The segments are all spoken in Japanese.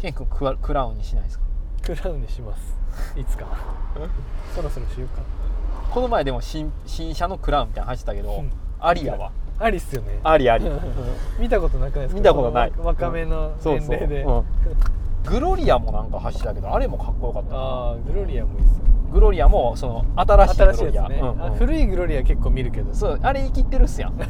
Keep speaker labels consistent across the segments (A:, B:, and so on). A: ケン君クワクラウンにしないですか
B: クラウンにしますいつかそろそろしようか
A: この前でも新新車のクラウンみたいなの入ってたけど、
B: うん
A: ありやわ
B: ありっすよね
A: ありあり
B: 見たことなくないですか
A: 見たことない
B: この若めの
A: そう
B: 年
A: そう、
B: 齢で、
A: うん、グロリアもなんか走ってたけどあれもかっこよかったな
B: ああグロリアもいいっすよ
A: グロリアもその新しいグ
B: 新しい
A: ロリ
B: や
A: ア
B: つね、
A: うんうん
B: あ古いグロリア結構見るけど
A: そうあれ生きてるっすやん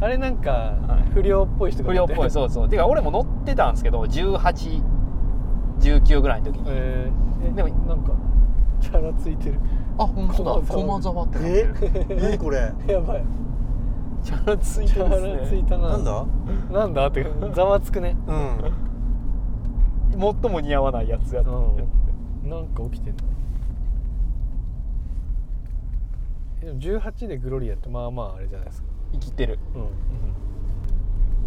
B: あれなんか
A: はい
B: 不良っぽい人が
A: 不良っぽい
B: い、
A: そうそうてか俺も乗ってたんですけど1819ぐらいの時に、
B: えー、え
A: でも
B: なんかチャラついてる
A: あ本
B: 当だ駒
A: 沢っ
C: え何これ
B: やばい
A: チャラつい
B: チ
A: てる
B: ャラ
A: っす
B: つい
A: ね
B: たな
C: なんだ
B: なんだってざわつくね
C: うん
A: 最も似合わないやつやった、
B: うんなんか起きてんだえでも18でグロリアってまあまああれじゃないですか
A: 生きてる
B: う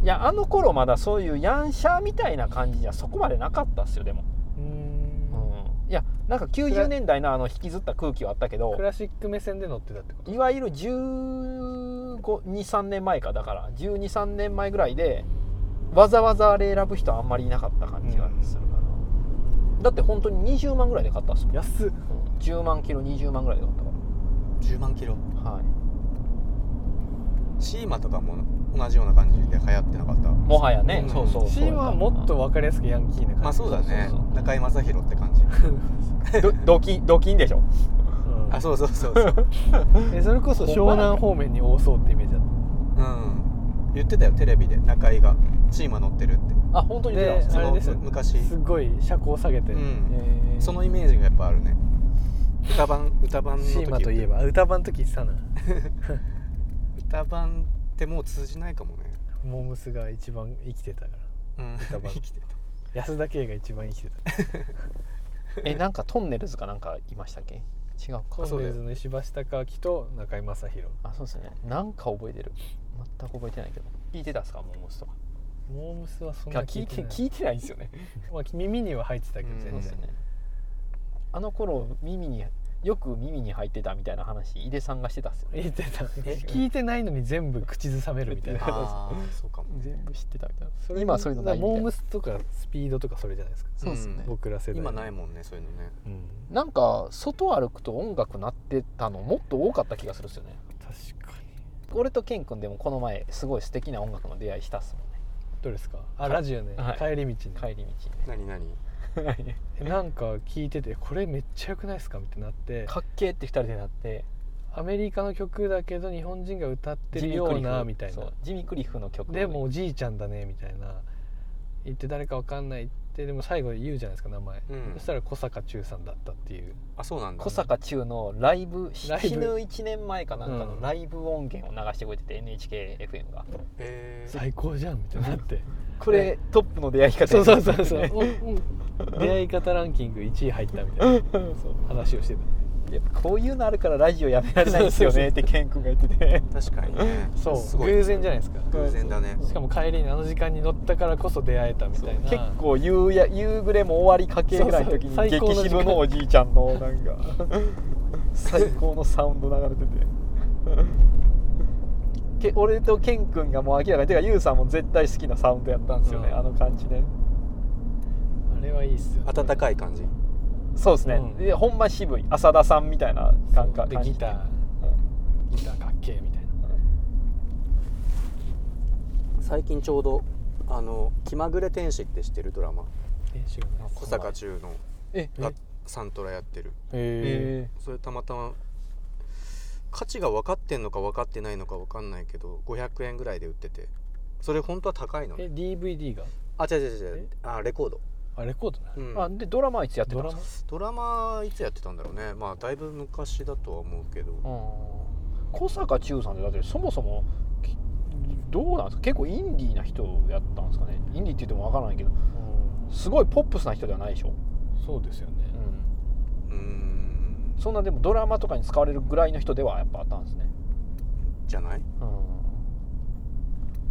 B: ん
A: いやあの頃まだそういうヤンシャーみたいな感じじゃそこまでなかったっすよでも、
B: うーん
A: いやなんか90年代のあの引きずった空気はあったけど
B: クラシック目線で乗ってたってこと
A: いわゆる1523年前かだから123年前ぐらいでわざわざあれ選ぶ人あんまりいなかった感じがするかな、だって本当に20万ぐらいで買ったっすもん
B: 安っ
A: 10万キロ20万ぐらいで買ったか
C: 10万キロ
A: らはい
C: シーマとかも同じような感じで流行ってなかった
A: もはやね、
C: うん
A: そうそう
B: チームはもっと分かりやすくヤンキーな感じ
C: まあそうだね
A: そうそうそう
C: 中居正広って 感じ
A: ど ドキンドキンでしょ
B: うん
C: あそうそうそうそう
B: えそれこそ湘南方面に多そうってイメージだっ
C: うん言ってたよテレビで中居がシーマ乗ってるって
A: あ本当
B: た
A: に出たん
B: で
A: です
C: そ
B: あ
A: ね
C: の
B: れです
C: 昔
B: すごい車高下げて、
C: うん
A: へー
C: そのイメージがやっぱあるね歌版歌版の時
B: シーマといえば歌番の時言ってたな
C: 歌版ってもう通じないかもね
B: モームスが一番生きてたから
C: うん
B: 歌版
C: 生きてた
B: 安田圭が一番生きてた
A: えなんかトンネルズかなんかいましたっけ違うか
B: コ
C: そう
B: ン
C: だ
B: デ
C: よ
B: ズの石橋貴明と中居正広
A: あそうですねなんか覚えてる全く覚えてないけど聞いてたっすかモーモスとか
B: モームスはそん
A: い
B: な
A: や
B: 聞
A: 聞い
B: いて
A: て
B: ない
A: 聞いてないんですよね
B: まあ、耳には入ってたけど
C: うん
B: 全
A: そう
B: 然、
A: ですよねあの頃耳によく耳に入ってたみたいな話井出さんがしてたっすよね
B: 言ってた
C: え
B: 聞いてないのに全部口ずさめるみたいな
C: ああそうかも
A: 全部知ってたみたいな
B: れ
A: 今そういうのないみたい
B: モ
A: な
B: ームスとかスピードとかそれじゃないですか
A: そうっすね
B: 僕ら世代
C: 今ない
B: も
C: もんねそういうのね
B: ん、
A: なんか外歩くと音楽鳴ってたのもっと多かった気がするっすよね
B: 確かに
A: 俺とケン君でもこの前すごい素敵な音楽の出会いしたっすもんね
B: どうですかあ
A: はい
B: ラジオね、
A: はい
B: 帰り
A: 帰
B: 道に、
A: り
C: 何何
A: 道 にね
B: えなんか聞いててこれめっちゃ良くないですかみたいになって
A: かっけーって二人でなって
B: アメリカの曲だけど日本人が歌ってるようなみたい
A: そ
B: な
A: うジミー・クリフの曲
B: でもおじいちゃんだねみたいな言って誰かわかんないってでも最後言うじゃないですか名前、
C: うん
B: そしたら小坂忠さんだったっていう
C: あそうなんだ
A: 小坂中のライブ
B: ライブ
A: 死ぬ1年前かなんか
B: う
A: の
B: ん
A: ライブ音源を流してくれてて NHKFM が
C: えー
B: 最高じゃんみたいになって
A: これトップの出会い方
B: そう
A: や
B: そうそう そう
A: ね
B: おお出会い方ランキング1位入ったみたいなそう話をして
A: いやこういうのあるからラジオやめられないんですよねってケン君が言ってて
C: 確かにね
B: たそう
C: すごい
B: 偶然じゃないですか
C: 偶然だね
B: しかも帰りにあの時間に乗ったからこそ出会えたみたいな
A: 結構夕や夕暮れも終わりかけぐらいの時に
B: そうそう最高の時間
A: 激渋のおじいちゃんのなんか最高のサウンド流れててけ俺とケン君がもう明らかにてかユウさんも絶対好きなサウンドやったんですよね、
B: うん
A: あの感じで
B: あれはいいっすよね
C: 温かい感じ
A: そうですね、
B: うん
A: でほんま渋い浅田さんみたいな感
B: そう
A: 覚
B: でギタ
A: う
B: ー
A: ん
B: ギターかっけえみたいな
C: 最近ちょうどあの「気まぐれ天使」って知ってるドラマ
B: 練習のやつ
C: 小坂中の
A: え
C: がサントラやってる
A: え
B: へ
C: それたまたま価値が分かってんのか分かってないのか分かんないけど500円ぐらいで売っててそれ本当は高いの
B: え
C: ね
B: え DVD が
C: あ違う違う違うあレコード、
B: あレコードな
C: うん
A: ーあでドラマいつやってた
B: ド
A: んで
B: ラ
A: す
B: マ
A: か
C: ドラマいつやってたんだろうねまあだいぶ昔だとは思うけど
A: うん小坂忠さんってだってそもそもきどうなんですか結構インディーな人やったんですかねインディーって言ってもわからないけどすごいポップスな人ではないでしょ、
B: そうですよね
A: うん、
C: うーん
A: そんなでもドラマとかに使われるぐらいの人ではやっぱあったんですね、
C: じゃな
A: う
C: い
A: ん、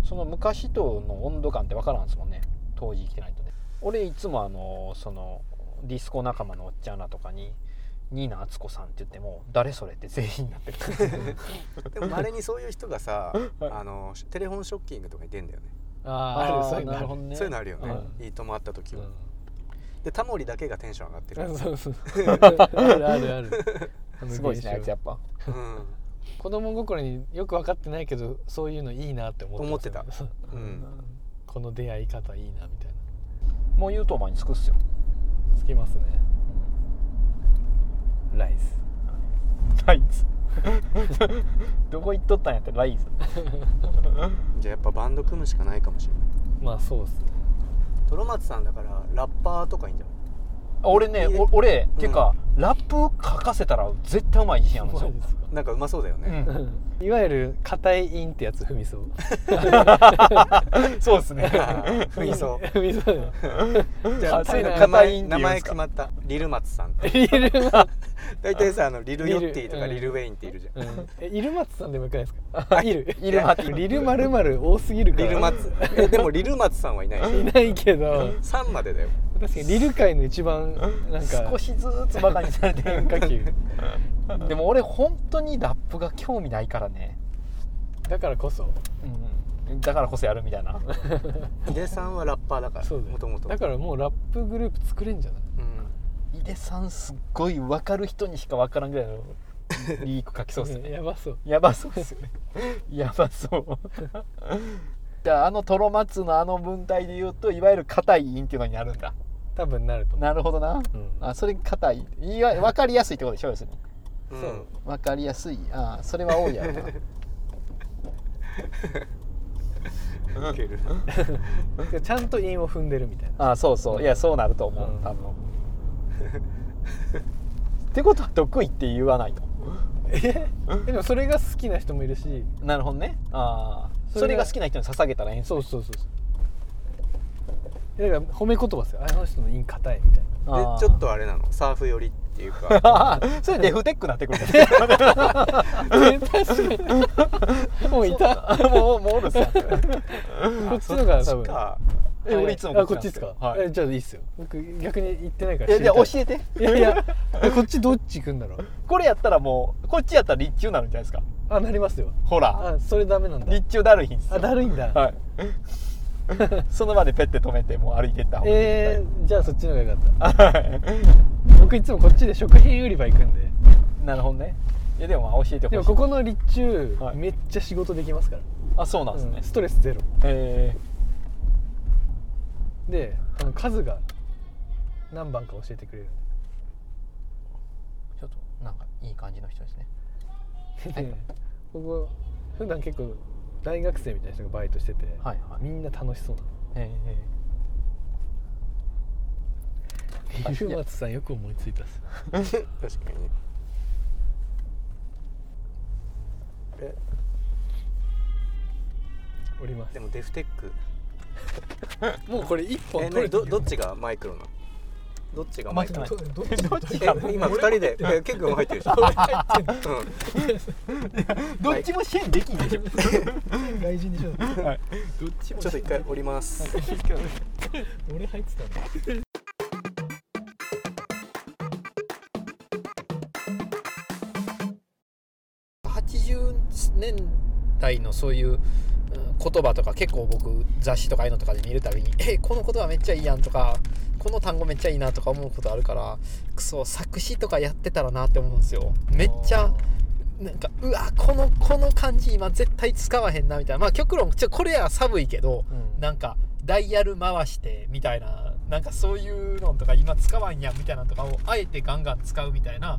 A: その昔との温度感ってわからんですもんね当時生きてないとね俺いつもあのそのディスコ仲間のおっちゃんらとかに「ニーナ敦子さん」って言っても「誰それ?」って全員になってる
C: でもまれにそういう人がさ、あのテレフォンショッキングとかに出んだよね
B: あーあるそういうのあ
A: なるほどね
C: そういうのあるよね、
B: う
C: いいともあった時は、
B: う
C: でタモリだけがテンション上がってる、
B: あ そうそうあるあるある あの
A: すごいですねあい
B: 現
A: つ
B: 象
A: やっぱ
C: うん
B: 子供心によく分かってないけどそういうのいいなって思ってますよ
C: 思って
B: う
C: う
B: ん
C: ん、
B: この出会い方いいなみたいな
A: もう言うとお前につくっすよ
B: つきますねライズ
A: ライズ どこ行っとったんやってライズ
C: じゃあやっぱバンド組むしかないかもしれない
B: まあそうっすね
C: トロマツさんだからラッパーとかいいんじゃない
A: あ俺ねお俺
C: うん
A: てか、ラップ書かせたら絶対うまい自信あるんです
B: マ
A: よ
B: ジですか
C: なんかうまそうだよね、
B: いわゆる硬いインってやつ踏みそう
A: うん、そうですね
C: ふいそ う
B: 踏みそう
C: じゃあ
A: 硬いな
C: 名
A: 硬い
C: 前
A: って
C: 名
A: 言うんで
C: 前
A: すか
C: 決まったリルマツさんって
B: イルマ
C: 大体さあのリルヨッティとか
B: リル
C: リルウェインっているじゃん、
B: えイルマツさんでもよくないですかイル
A: イルマツ
B: リルまるまる多すぎるから
C: リルマツえでもリルマツさんはいな い
B: いないけど
C: 3までだよ
B: 確かにリル界の一番なんか
A: 少しずつバカにされてる
B: 変化球
A: でも俺本当にラップが興味ないからね、
B: だからこそ
A: うん、だからこそやるみたいな
C: ヒデさんはラッパーだから
B: そうだよ
C: もともと
B: だからもうラップグループ作れんじゃない
A: 井出さんすっごい分かる人にしか分からんぐらい のリーク書きそうですね
B: やばそう
A: やばそうですよね やば そうじゃああのトロマツのあの文体で言うといわゆる硬い韻っていうのになるんだ
B: 多分なると思う
A: なるほどな
B: うん
A: あそれ硬いいわ分かりやすいってことでしょ要するに
C: うん、
B: そう
C: うん
A: 分かりやすいああそれは多いやろな
C: ウケる
B: でちゃんと韻を踏んでるみ たいな
A: ああそうそういやそうなると思う、
B: うん
A: 多分ってことは得意って言わないと
B: えでもそれが好きな人もいるし
A: なるほどねああそ
B: それが
A: れが好きな人に捧げたらええんす
B: そうそうそうそうだから褒め言葉ですよあの人の韻硬いみた
A: で
B: い
C: でちょっとあれなのサーフ寄りっていう か
A: ああ それデフテックなってくるね
B: な確かにもういた
A: もうもうおるっすよ
B: こっちの方が多分
C: か
A: え俺いつも
B: あこっちですか、
A: はい
B: えじゃあいいっすよ僕逆に言ってないから
A: えじゃあ
B: 知
A: 教えて
B: りたいいやいやこっちどっち行くんだろう
A: これやったらもうこっちやったら立中なるんじゃないですか
B: あなりますよ
A: ほら
B: あそれダメなんだ
A: 立中だるいんですよ
B: あだるいんだ、
A: はい その場でペッて止めてもう歩いてった方がいい
B: えー、じゃあそっちの方がよかっ
A: は
B: た僕いつもこっちで食品売り場行くんで
A: いなるほどねいやでもまあ教えてほしい
B: でもここの立中、
A: はい
B: めっちゃ仕事できますから
A: あそうなんです
B: う
A: ね
B: ん、ストレスゼロ
A: え
B: であの数が何番か教えてくれる
A: ーちょっとなんかいい感じの人ですね
B: でここ普段結構大学生みたいな人がバイトしてて、
A: はいはい
B: みんな楽しそうなの
A: えあ
B: 昼松さんよく思いついたっす
C: 確かにねえ
B: おります
C: でもデフテック
B: もうこれ一
C: えなどどっちがマイクロなのどっちがマイクロなの
B: どっ
A: どっ ちが
C: え今二人でえ結構入ってる でしょ、う
A: どっちも支援できんでしょ
B: 外人でしょ
A: どっち
C: ん、ちょっと一回降ります
B: 俺入ってたんだ
A: 80年代のそういううん言葉とか結構僕雑誌とかああいうのとかで見るたびに「えこの言葉めっちゃいいやん」とか「この単語めっちゃいいな」とか思うことあるからクソ作詞とかやってたらなって思うんですよめっちゃなんかうわこのこの感じ今絶対使わへんなみたいなまあ極論ちょこれは寒いけど
B: うん
A: なんかダイヤル回してみたいななんかそういうのとか今使わんやんみたいなのとかをあえてガンガン使うみたいな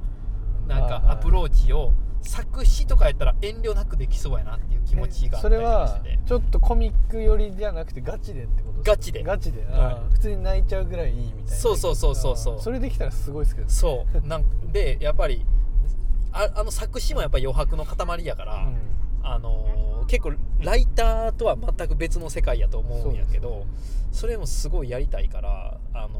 A: なん
B: あ
A: か
B: ー
A: アプローチを作詞とかやったら遠慮なくできそうやなっていう気持ちがあ
B: そ
A: ったり
B: れ
A: とかし
B: は
A: てて
B: ちょっとコミック寄りじゃなくてガチでってことですか
A: ガチで
B: ガチで、
A: はい
B: あー普通に泣いちゃうぐらいいいみたいな
A: そうそうそうそうそう
B: あーそれできたらすごいですけど
A: そうなんでやっぱりああの作詞もやっぱ余白の塊やから、
B: う
A: あのー結構ライターとは全く別の世界やと思うんやけどそ,、れもすごいやりたいから、あの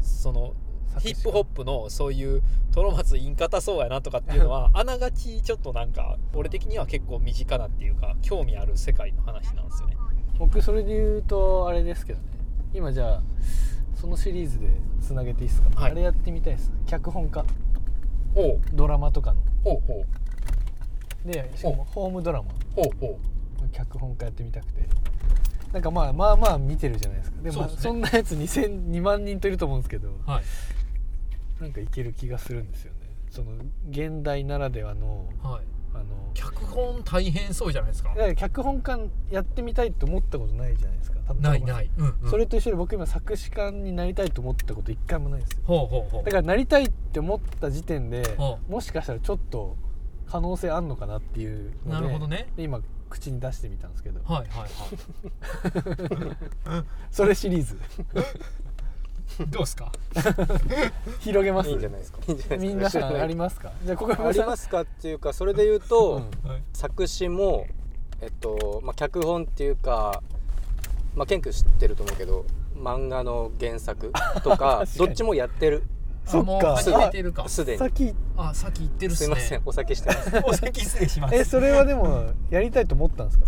A: ーその
B: 作
A: ヒ
B: 詞家
A: ップホップのそういうトロマツインカタそうやなとかっていうのはあながちちょっとなんか俺的には結構身近なっていうか興味ある世界の話なんですよね。
B: 僕それで言うとあれですけどね今じゃあそのシリーズでつなげていいですか、
A: はい
B: あれやってみたいです脚本家
A: おう
B: ドラマとかの
A: ほうほう
B: でしかもホームドラマ
A: ほうほう
B: の脚本家やってみたくてなんかまあまあまあ見てるじゃないですかでも
D: そうですね
B: そんなやつ2000 2万人といると思うんですけど
D: はい
B: なんかいける気がするんですよねその現代ならではの
D: はい
B: あの
D: 脚本大変そうじゃないですか
B: だから脚本家やってみたいって思ったことないじゃないですか多分
D: ないない、うんうん
B: それと一緒で僕今作詞家になりたいと思ったこと一回もないですよ
D: ほうほうほう
B: だからなりたいって思った時点で
D: は
B: もしかしたらちょっと可能性あんのかなっていうので
D: なるほどね
B: で今口に出してみたんですけど
D: はいはいは
B: それシリーズ
D: いどうですか
B: 広げます
C: いいんじゃないですかいいんじゃないで
B: み
C: すか
B: んなさんあり
C: 知
B: ますかじゃあここ
C: らないありますかっていうかそれで言うと、
B: うん
D: はい
C: 作詞もえっと、まあ、脚本っていうか、まあ、ケン君知ってると思うけど漫画の原作 とか
B: 確かに
C: どっちもやってる
B: そっか
D: あもう始めてるか
C: すでに
B: 先
D: あ先行ってるっ
C: す
D: す
C: い
D: ね
C: ませんお酒してます
D: お先失礼します
B: えそれはでもやりたいと思ったんですか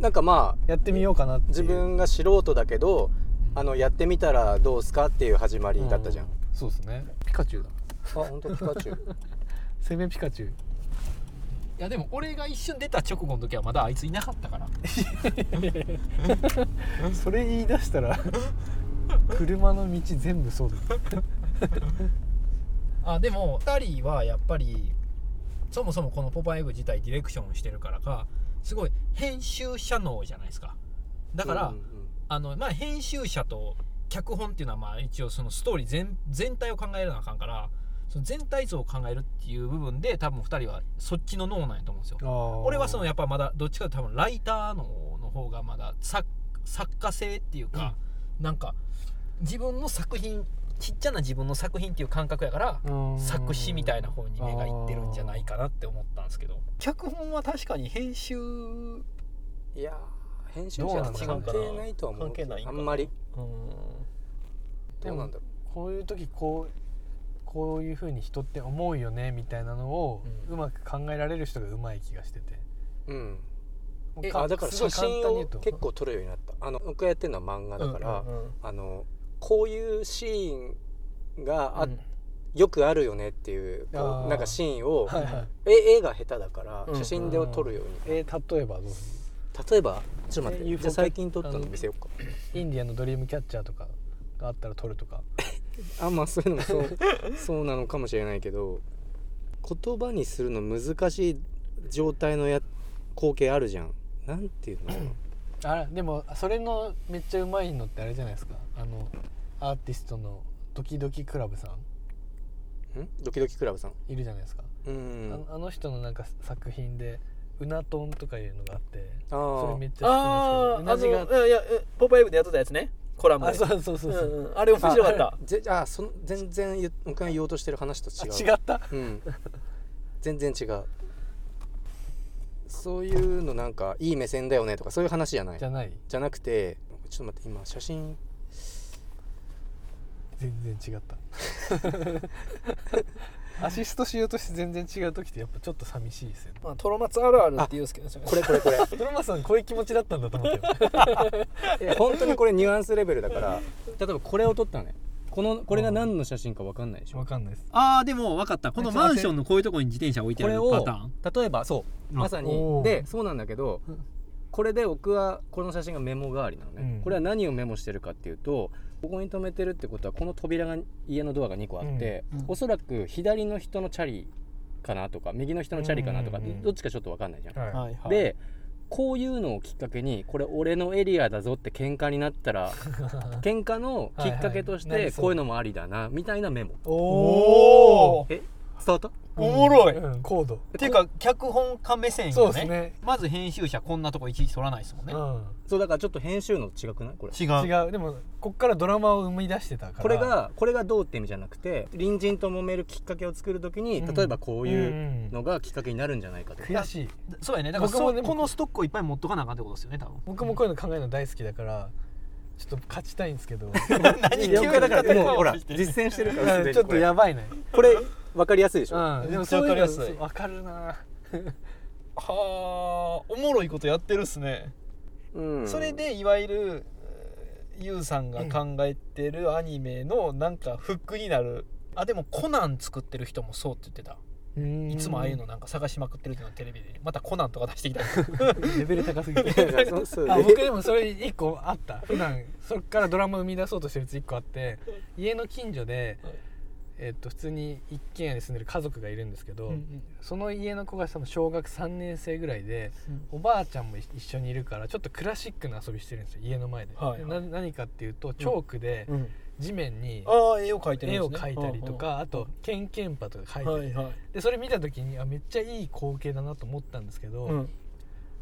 C: なんかまあ
B: やってみようかなっていう
C: 自分が素人だけどあのやってみたらどうすかっていう始まりだったじゃん、
B: うそうですね
A: ピカチュウだ
C: あ本当ピカチュウ
B: 攻めピカチュウ
D: いやでも俺が一瞬出た直後の時はまだあいついなかったから
B: それ言い出した ら車の道全部そうだ
D: あでも2人はやっぱりそもそもこの「ポパイブ」自体ディレクションをしてるからかすごい編集者能じゃないですかだから、
C: うんうん
D: あのまあ編集者と脚本っていうのはまあ一応そのストーリー全全体を考えるなあかんからその全体像を考えるっていう部分で多分2人はそっちの脳なんやと思うんですよ俺はその
B: や
D: やっぱまだどっちかというと多分ライターのの方がまだ作作家性っていうか、なんか自分の作品ちっちゃな自分の作品っていう感覚やから、作詞みたいな方に目がいってるんじゃないかなって思ったんですけど
A: 脚本は確かに編集
C: うんいやー編集
A: どう
C: 者
A: な
C: と
A: んだろう
C: 関
A: な
C: 係ないとは思うけど
A: 関係ないん
C: あ
A: かなん
C: まり
A: うん
C: どうなんだろ
B: こういう時こうこういうふうに人って思うよねみたいなのを
D: う
B: うまく考えられる人がうまい気がしてて、
C: ううん
B: もう
D: え
C: あだから
B: すご
C: 写
B: い簡
C: 真
B: 単に言う
C: を
B: と
C: 結構撮るようになったあの僕がやってるのは漫画だから、
A: うんうん
C: あのこういうシーンがあ、
A: うん
C: よくあるよねっていうこ
B: あ
C: う
B: ー
C: なんかシーンを、
B: はいはい
C: え絵が下手だから
A: うん
C: 写真で撮るように、
B: えー例えばどうす
C: 例えばちょっと待っ
B: え
C: て、
B: UFO
C: じゃあ最近撮った
B: あ
C: の
B: の
C: 見せようか
B: るインディアンのドリームキャッチャーとかがあったら撮るとか
C: あまあそういうのもそう そうなのかもしれないけど言葉にするの難しい状態のや光景あるじゃんなんていうの
B: あらでもそれのめっちゃうまいのってあれじゃないですかあのアーティストのドキドキクラブさ
C: んドキドキクラブさん
B: んいるじゃないですか、
C: う
B: あ
C: ん
B: のあの人のなんか作品で「うなとん」とかいうのがあって
C: あ
B: それめ
C: ー
B: っちゃ好きなんですけどうなじが
A: いや「ポパイブ」でやってたやつねコラ
B: あそうそうそうそう、
A: あれ面
C: 白かった ぜあその全然言う僕が言おうとしてる話と
B: あ
C: 違う
B: 違った
C: うん、全然違うそういうのなんかいい目線だよねとかそういう話じゃない
B: じゃない
C: じゃなくてちょっと待って今 写真
B: 全然違った アシストしようとして全然違う時ってやっぱちょっと寂しいですよね
A: まあトロマツあるあるって言うんですけどそれ
C: これこれこれ
B: ドラマさんこういう気持ちだったんだと思 って
C: いや本当にこれニュアンスレベルだから例えばこれを撮ったのねこのこれが何の写真か分かんないでしょ
B: 分かんないです
D: ああでも分かったこのマンションのこういうところに自転車置いて
C: こ
D: あ
C: れ
D: る
C: を
D: パターン
C: 例えばそうまさ
B: お
C: に
B: ー
C: でそうなんだけど
B: うん
C: これで僕はこの写真がメモ代わりなのね、
B: うん
C: これは何をメモしてるかっていうとここに止めてるってことはこの扉が家のドアが2個あって、
D: うんうん
C: おそらく左の人のチャリかなとか右の人のチャリかなとか、
B: うんうんうん
C: どっちかちょっと分かんないじゃん。
B: はい
A: はいはい
C: でこういうのをきっかけにこれ俺のエリアだぞって喧嘩になった ら喧嘩のきっかけとし
B: はいはい
C: てこういうのもありだなみたいなメモ
B: お
A: お
B: お
A: ー
C: え伝わった
A: おもろい
B: うん、コード
D: っていうか脚本家目線
B: そ
D: よ
B: うです
D: ね
B: ね
D: まず編集者こんなとこいちいち取らないですもんね
B: う
C: そうだからちょっと編集の違くないこれ
D: 違
B: ん、違うでもこっからドラマを生み出してたから
C: これがこれがどうって意味じゃなくて隣人と揉めるきっかけを作るときに
B: うん
C: 例えばこういう
B: うん
C: のがきっかけになるんじゃないかと
B: 悔しい
D: そうやねだから
B: 僕も
D: そ
B: でも
D: このストックをいっぱい持っとかなあかんってことですよね多分
B: 僕もこういうの考えるの大好きだからちょっと勝ちたいんです けど
D: 何急に
C: だからもう
D: 頭を
C: ほら
D: して
C: 実践してるからすでに
B: ちょっとやばいね
C: これ分かりやすいでしょ、
B: うん、でもそういうのそうわかるな
A: はあおもろいことやってるっすね、
C: うん
A: それでいわゆるえーゆうさんが考えてるアニメのなんかフックになるあでもコナン作ってる人もそうって言ってた
B: ううん
D: いつもああいうのなんか探しまくってるっていうのはテレビでまたコナンとか出してきたり
B: レベル高すぎて
C: だから そうそ う
B: あ僕でもそれ一個あった普段そっからドラマ生み出そうとしてるやつ一個あって家の近所で
D: はい、
B: えっと普通に一軒家に住んでる家族がいるんですけど、
D: うんうん
B: その家の子が多分小学3年生ぐらいでおばあちゃんも一緒にいるからちょっとクラシックな遊びしてるんですよ家の前で、
D: はいは
B: な
D: い
B: 何かっていうとチョークで
A: うん
B: 地面に
D: ああ絵を描いてるん
B: 絵
D: です
B: を
D: ね
B: 描いたりとか、あとケンケンパとか描いて
D: うん
B: て、
D: うんはいはい
B: でそれ見た時にあめっちゃいい光景だなと思ったんですけど、
D: うん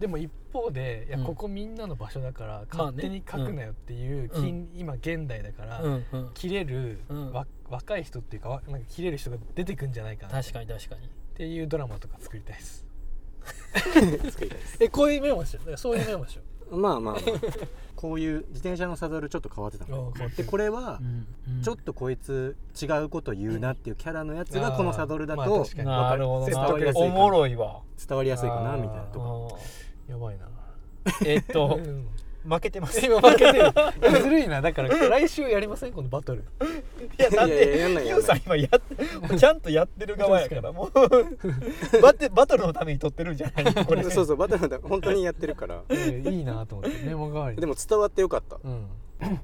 B: でも一方でいや
D: うん
B: ここみんなの場所だから
D: まあ
B: 勝
D: ね
B: 手に書くなよっていう、
D: うん
B: 近今現代だから、
D: うんうん
B: 切れる、
D: うん
B: わ若い人っていうかわなんか切れる人が出てくんじゃないかなっ
D: 確かに確かに
B: ていうドラマとか作りたいです
C: 作りたいです
B: えこういうメモしようそういうメモしよ
C: まあまあ、 まあ、こういう自転車のサドルちょっと変わってたの
B: うあ
C: でこれは
D: うん
C: ちょっとこいつ違うこと言うなっていうキャラのやつがこのサドルだ
B: まあ
C: と
B: 確かに
D: なるほど
C: わかり
D: な
C: やすい
D: おもろいわ
C: 伝わりやすいかなみたいなとこ
D: あ
B: やばいな
D: ーえっ
B: う
D: と
B: ん
D: 負けてます
B: 今 負けてるずるいなだから来週やりませんこのバト ル
D: いや、なん
C: いやいややんな
D: で、
C: いやんない
D: ユウさん今やって、ちゃんとやってる側やから、もう、バテバトルのために撮ってるんじゃない のこれ。
C: そうそうバタフライ本当にやってるから
B: いやいいなと思ってメモ代わりに
C: でも伝わってよかった
B: うん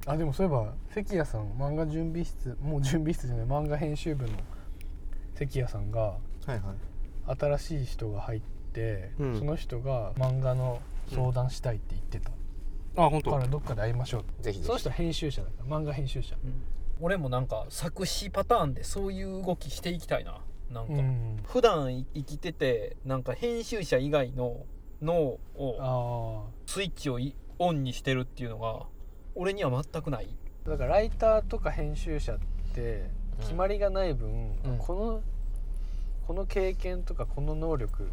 B: あでもそういえば関谷さん漫画準備室もう準備室じゃない漫画編集部の関谷さんが
C: はいはい
B: 新しい人が入って、
C: うん
B: その人が漫画の相談したいって言ってた、
C: あ本
B: だからどっかで会いましょうって
C: ぜひぜひ
B: その人は編集者だから漫画編集者
D: 俺もなんか、作詞パターンでそういう動きしていきたいな。なんか、
B: うん
D: 普段生きてて、なんか編集者以外の脳を、
B: あ
D: スイッチをいオンにしてるっていうのが、俺には全くない。
B: あだからライターとか編集者って決まりがない分、
A: うん
B: このこの経験とかこの能力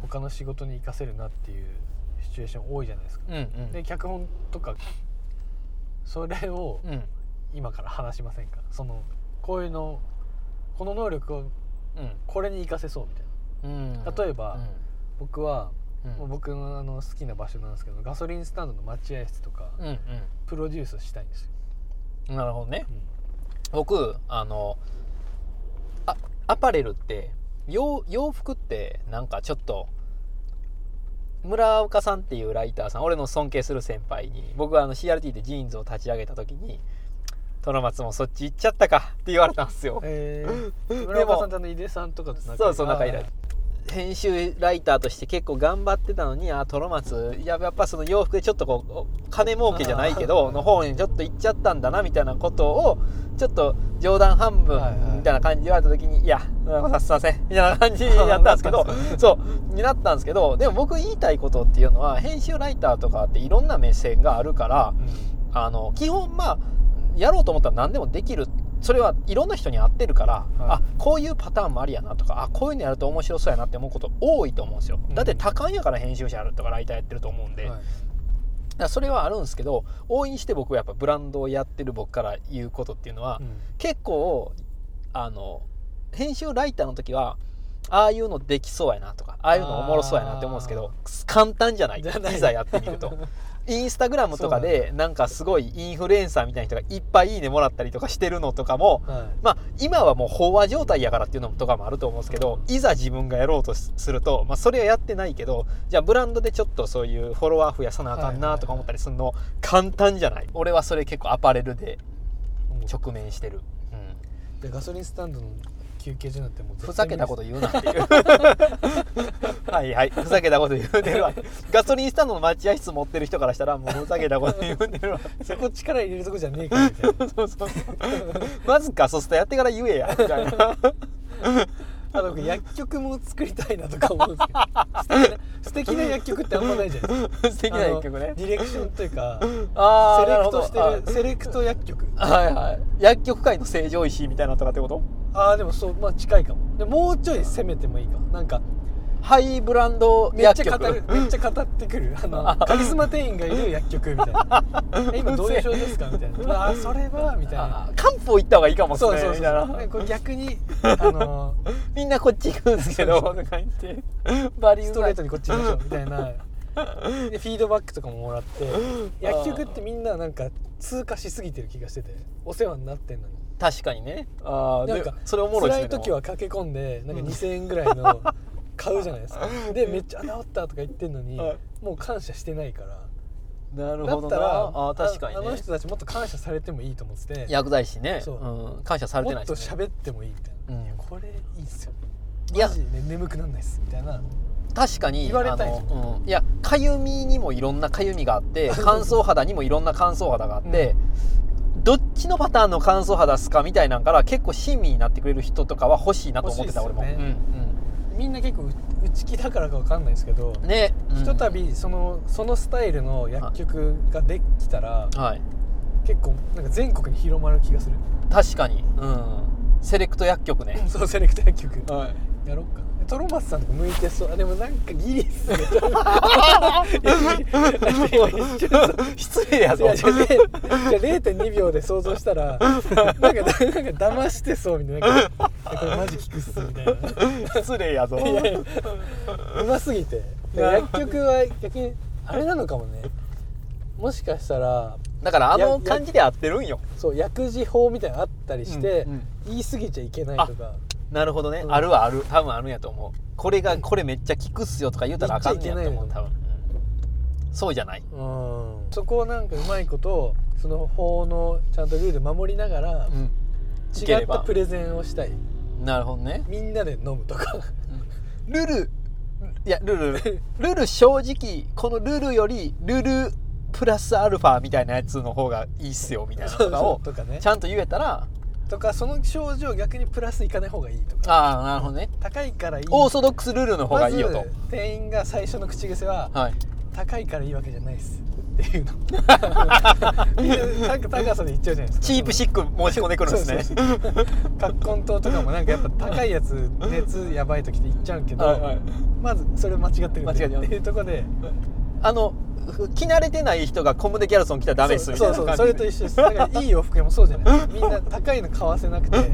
B: 他の仕事に生かせるなっていうシチュエーション多いじゃないですか、
A: うんうん
B: で脚本とかそれを
A: うん
B: 今から話しませんかそのこういうのこの能力をこれに生かせそうみたいな
A: うんうん
B: 例えば僕は、
A: うん
B: もう僕のあの好きな場所なんですけどガソリンスタンドの待合室とか、
A: うんう
B: プロデュースしたいんですよ、
A: んなるほどね僕あのあアパレルって洋洋服ってなんかちょっと村岡さんっていうライターさん俺の尊敬する先輩に僕はあの CRT でジーンズを立ち上げた時に「虎松もそっち行っちゃったか」って言われたんですよ。
B: えー、村岡さんとあの井出さんとかと仲いい
A: そうそう仲いい
B: あー
A: 編集ライターとして結構頑張ってたのにあトロマツいややっぱその洋服でちょっとこう金儲けじゃないけ
B: あ
A: ど
B: ー
A: の方にちょっと行っちゃったんだなみたいなことをちょっと冗談半分
B: はいはい
A: みたいな感じで言われた時に「いや村岡さんすいません」みたいな感じになったんですけ
B: な
A: ど
B: ったん
A: そうになったんですけどでも僕言いたいことっていうのは編集ライターとかっていろんな目線があるからあの基本まあやろうと思ったら何でもできるそれはいろんな人に合ってるから、あこういうパターンもありやなとかあこういうのやると面白そうやなって思うこと多いと思うんですよ、
B: うん
A: だって多感やから編集者やるとかライターやってると思うんで、
B: はい
A: だからそれはあるんですけど応援して僕はやっぱブランドをやってる僕から言うことっていうのは、
B: うん
A: 結構あの編集ライターの時はああいうのできそうやなとかああいうのおもろそうやなって思うんですけど簡単じゃない
B: じゃない
A: ざやってみると インスタグラムとかでなんかすごいインフルエンサーみたいな人がいっぱい「いいね」もらったりとかしてるのとかも
B: はい
A: まあ今はもう飽和状態やからっていうのとかもあると思うんですけどいざ自分がやろうとすすると、まあ、それはやってないけどじゃあブランドでちょっとそういうフォロワー増やさなあかんなとか思ったりするの簡単じゃない俺はそれ結構アパレルで
B: もう
A: 直面してる。うん
B: でガソリンスタンドの休憩所なんてもう絶対
A: ふざけたこと言うなっていうはいはいふざけたこと言うてるわガソリンスタンドの待合室持ってる人からしたらもうふざけたこと言うてるわ
B: そこ力入れるとこじゃねえからみたいな
A: そうそうまずガソスタやってから言えやみたいな
B: あと僕薬局も作りたいなとか思うんですけど素敵な素敵な薬局ってあんまないじゃないですか
A: 素敵な一曲ね
B: あのディレクションというか
A: あ
B: セ
A: ーな
B: レク
A: ほど
B: トしてるセレクト薬局
A: あはいはい薬局界の成城石井みたいなのとかってこと
B: ああでもそうまあ近いかもでもうちょい攻めてもいいかもなんか
A: ハイブランド
B: めっ
A: 薬
B: ち
A: 局
B: ゃ語るめっちゃ語ってくるあのカリスマ店員がいる薬局みたい なえ今どういう症状ですかみたいなあーそれはみたいな
A: あ漢方行った方がいいか もっす
B: そう
A: ね
B: そうそう
A: みたいな
B: ねこれ逆にあの
A: みんなこっち行くんですけど
B: そう
A: 感じでバリュー
B: ストレートにこっち行きましょうみたいなでフィードバックとかももらって薬局ってみんななんか通過しすぎてる気がしててお世話になってんのに
D: 確かにね
B: ああ
D: なん
B: で
D: か
B: それおもろいですね
D: 辛い
B: でも
D: 時は
B: 駆け込んでなんか2,000円ぐらいの買うじゃないですかでめっちゃあ治ったとか言ってんのに、
D: はい
B: もう感謝してないから
D: なる
B: だ
D: ほど
B: っ
D: な
B: たら
D: あー確かに
B: ああの
D: ね
B: 人たちもっと感謝されてもいいと思ってて
D: 薬剤師ね、
B: そう
D: ん、感謝されて
B: も
D: な
B: っ
D: い
B: と
D: ですね
B: 喋ってもいいみたいな、
D: うん
B: いやこれいいっすよ
D: いや
B: マジで、ね、眠くなんないっすみたいな
D: 確かに
B: 言われたい
D: あの、うん、いやかゆみにもいろんなかゆみがあ って乾燥肌にもいろんな乾燥肌があって、どっちのパターンの乾燥肌っすかみたいなんから結構親身になってくれる人とかは欲しいなと思ってた、
B: 欲
D: 俺
B: しいっすよ
D: も、
B: ね
D: うん
B: みんな結構う内気だからかわかんないですけど、
D: うん、ね
B: ひとた
D: び
B: びそのそのスタイルの薬局ができたら
D: はい
B: 結構なんか全国に広まる気がする
D: 確かに、うん、セレクト薬局ね
B: そうセレクト薬局
D: はい
B: やろっかトロマスさんとか向いてそうあでもなんかギリっすね
D: 失礼や
B: い
D: ぞ
B: やじゃあねじゃあ0.2秒で想像したらなんかなんか騙してそうみたいななんかこれマジ効くっすみたいな
D: 失礼やぞ
B: いやいやう ますぎて薬局は逆にあれなのかもねもしかしたら
D: だからあの感じで合ってるんよ
B: そう薬事法みたいなのあったりして、
D: うんうん
B: 言い過ぎちゃいけないとか
D: なるほどね、
B: うん
D: あるはある多分あるんやと思うこれがこれめっちゃ効くっすよとか言うたらあかんねやと思う
B: 言っち
D: 多分、うんそうじゃない、
B: うんそこをなんかうまいことその法のちゃんとルール守りながら
D: いけ
B: 違
D: れ
B: った
D: ば
B: プレゼンをしたい
D: なるほどね
B: みんなで飲むとか
D: ルルいやルルルル正直このルルよりルルプラスアルファみたいなやつの方がいいっすよみたいなのとか を
B: とかね
D: ちゃんと言えたら
B: とかその症状逆にプラスいかない方がいいとか
D: ああなるほどね
B: 高いからいい
D: オーソドックスルールの方がいいよと
B: ま、ず店員が最初の口癖は
D: はい
B: 高いからいいわけじゃないっすって いうのみんななんか高さで言っちゃうじゃないですか
D: チープシック申し込んでくるんですね
B: そうそうそう葛根糖とかもなんかやっぱ高いやつ熱やばい時って言っちゃうけど、
D: はいはい
B: まずそれ間違ってるんだよ
D: 間違ってます
B: っていうところで
D: あのふ着慣れてない人がコムデギャルソン来たらダメっすみたいな
B: そう
D: 感
B: そう
D: じ
B: それと一緒ですだからいい洋服屋もそうじゃないみんな高いの買わせなく て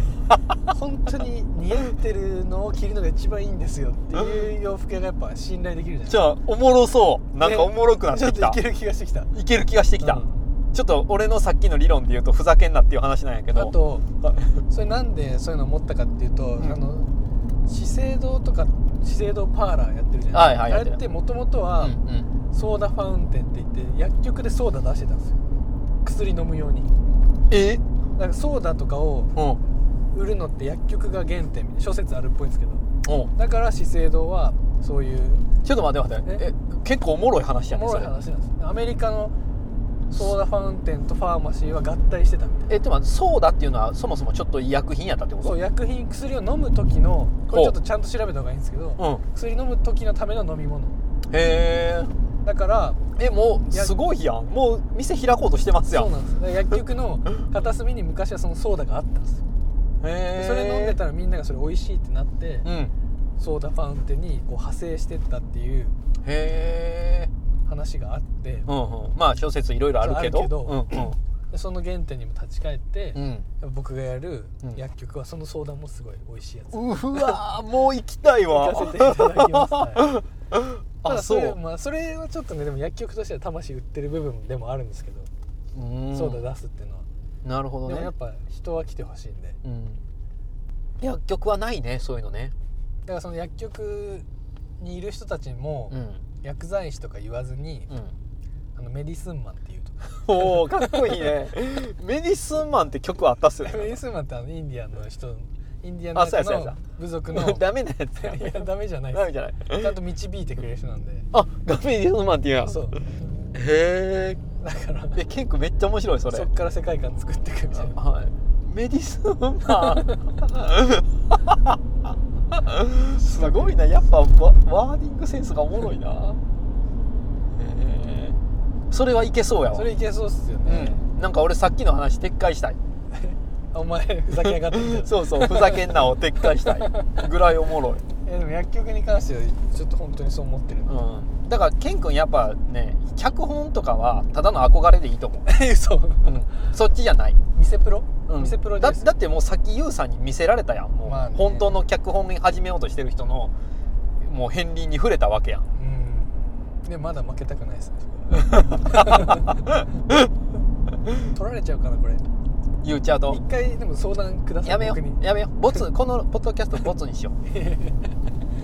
B: 本当に似合ってるのを着るのが一番いいんですよっていう洋服屋がやっぱ信頼できるじゃない
D: じゃあおもろそうなんかおもろくなってきた、
B: ねちょっといける気がしてきた
D: いける気がしてきた、
B: うん
D: ちょっと俺のさっきの理論で言うとふざけんなっていう話なんやけど
B: あと それなんでそういうの持ったかっていうと、
D: ん
B: あの資生堂とか資生堂パーラーやってるじゃないですか、
D: はいはいや
B: あ
D: って
B: れ
D: る
B: ってもともとは、
D: うんうん
B: ソーダファウンテンって言って薬局でソーダ出してたんですよ薬飲むように
D: え
B: だからソーダとかを
D: うん
B: 売るのって薬局が原点諸説あるっぽいんですけど
D: うん
B: だから資生堂はそういう
D: ちょっと待って待ってえ
B: え
D: 結構おもろい
B: お
D: 話やね
B: も
D: そ
B: ろい
D: れ
B: 話なんですアメリカのソーダファウンテンとファーマシーは合体してたみたい
D: えでもソーダっていうのはそもそもちょっと医薬品やったってこ
B: な
D: と
B: そう薬品薬を飲む時のこ
D: ほ
B: れ
D: う
B: ちょっとちゃんと調べた方がいいんですけど、
D: うん
B: 薬飲む時のための飲み物
D: へえ
B: だから
D: えも
B: い
D: う
B: や
D: すごいやんもう店開こうとしてますやん
B: そうなんですだから薬局 の片隅に昔はそのソーダがあったんですよ
D: へえ
B: それ飲んでたらみんながそれ美味しいってなって
D: うんへ
B: ソーダファウンテンにこう派生してったっていう
D: え
B: 話があって
D: うんうんまあ小説いろいろあるけど
B: そうある
D: うん
B: でその原点にも立ち返って、
D: うんうん
B: 僕がやる
D: うん
B: 薬局はその相談もすごい美味しいやつ、
D: うわーもう行きたいわ
B: 行かせていただきます、はいた
D: あ
B: だそ
D: そ
B: れ
D: う
B: まあ、それはちょっとねでも薬局としては魂売ってる部分でもあるんですけど、
D: うん
B: ソーダ出すっていうのは
D: なるほど
B: でも
D: ね
B: やっぱ人は来てほしいんで
D: うん薬局はないねそういうのね
B: だからその薬局にいる人たちも
D: うん
B: 薬剤師とか言わずに、
D: うん
B: あのメディスンマンっていう と
D: おおかっこいいね メディスンマンって曲あったっすよ
B: メデ
D: ね
B: ィスンマンってあのインディアンの人インディアン
D: あそうや
B: の
D: そう
B: 中
D: やそうや
B: の部族のい
D: ダメなやつや
B: やダメじゃない
D: ダ
B: で
D: メじゃない
B: すちゃんと導いてくれる人なんで
D: あがメディスンマンっていうやん
B: そう
D: へ
B: だから
D: え結構めっちゃ面白いそれ
B: そっから世界観作っていくみたいな
D: はいメディスンマ ンすごいなやっぱワワーディングセンスがおもろいなへえそれはいけそうやわ
B: それいけそうっすよね、
D: うん、なんか俺さっきの話撤回したい
B: お前ふざけやがってみ たいな
D: そうそうふざけんなを撤回 したいぐらいおもろい、
B: いやでも薬局に関してはちょっと本当にそう思ってるな
D: うん、だからケン君やっぱね脚本とかはただの憧れでいいと思
B: 嘘
D: う、うん、そっちじゃない、
B: 店プロ、
D: うん、
B: 店プロ
D: だ
B: です
D: だってもうさっきユウさんに見せられたやんもう、
B: まあね
D: 本当の脚本に始めようとしてる人のもう片鱗に触れたわけやん
B: うんでまだ負けたく ないですねそこ取られちゃうかなこれ
D: 言っちゃうと
B: 一回でも相談ください
D: やめよ
B: 僕に
D: うやめようボ ツこのポッドキャストボツにしよ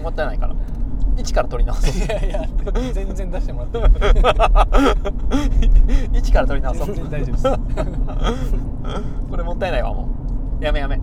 D: うもったいないから一から取り直 そう
B: いやいや全然出してもらって
D: 一から取り直そう
B: 全然大丈夫です
D: これもったいないわもうやめやめ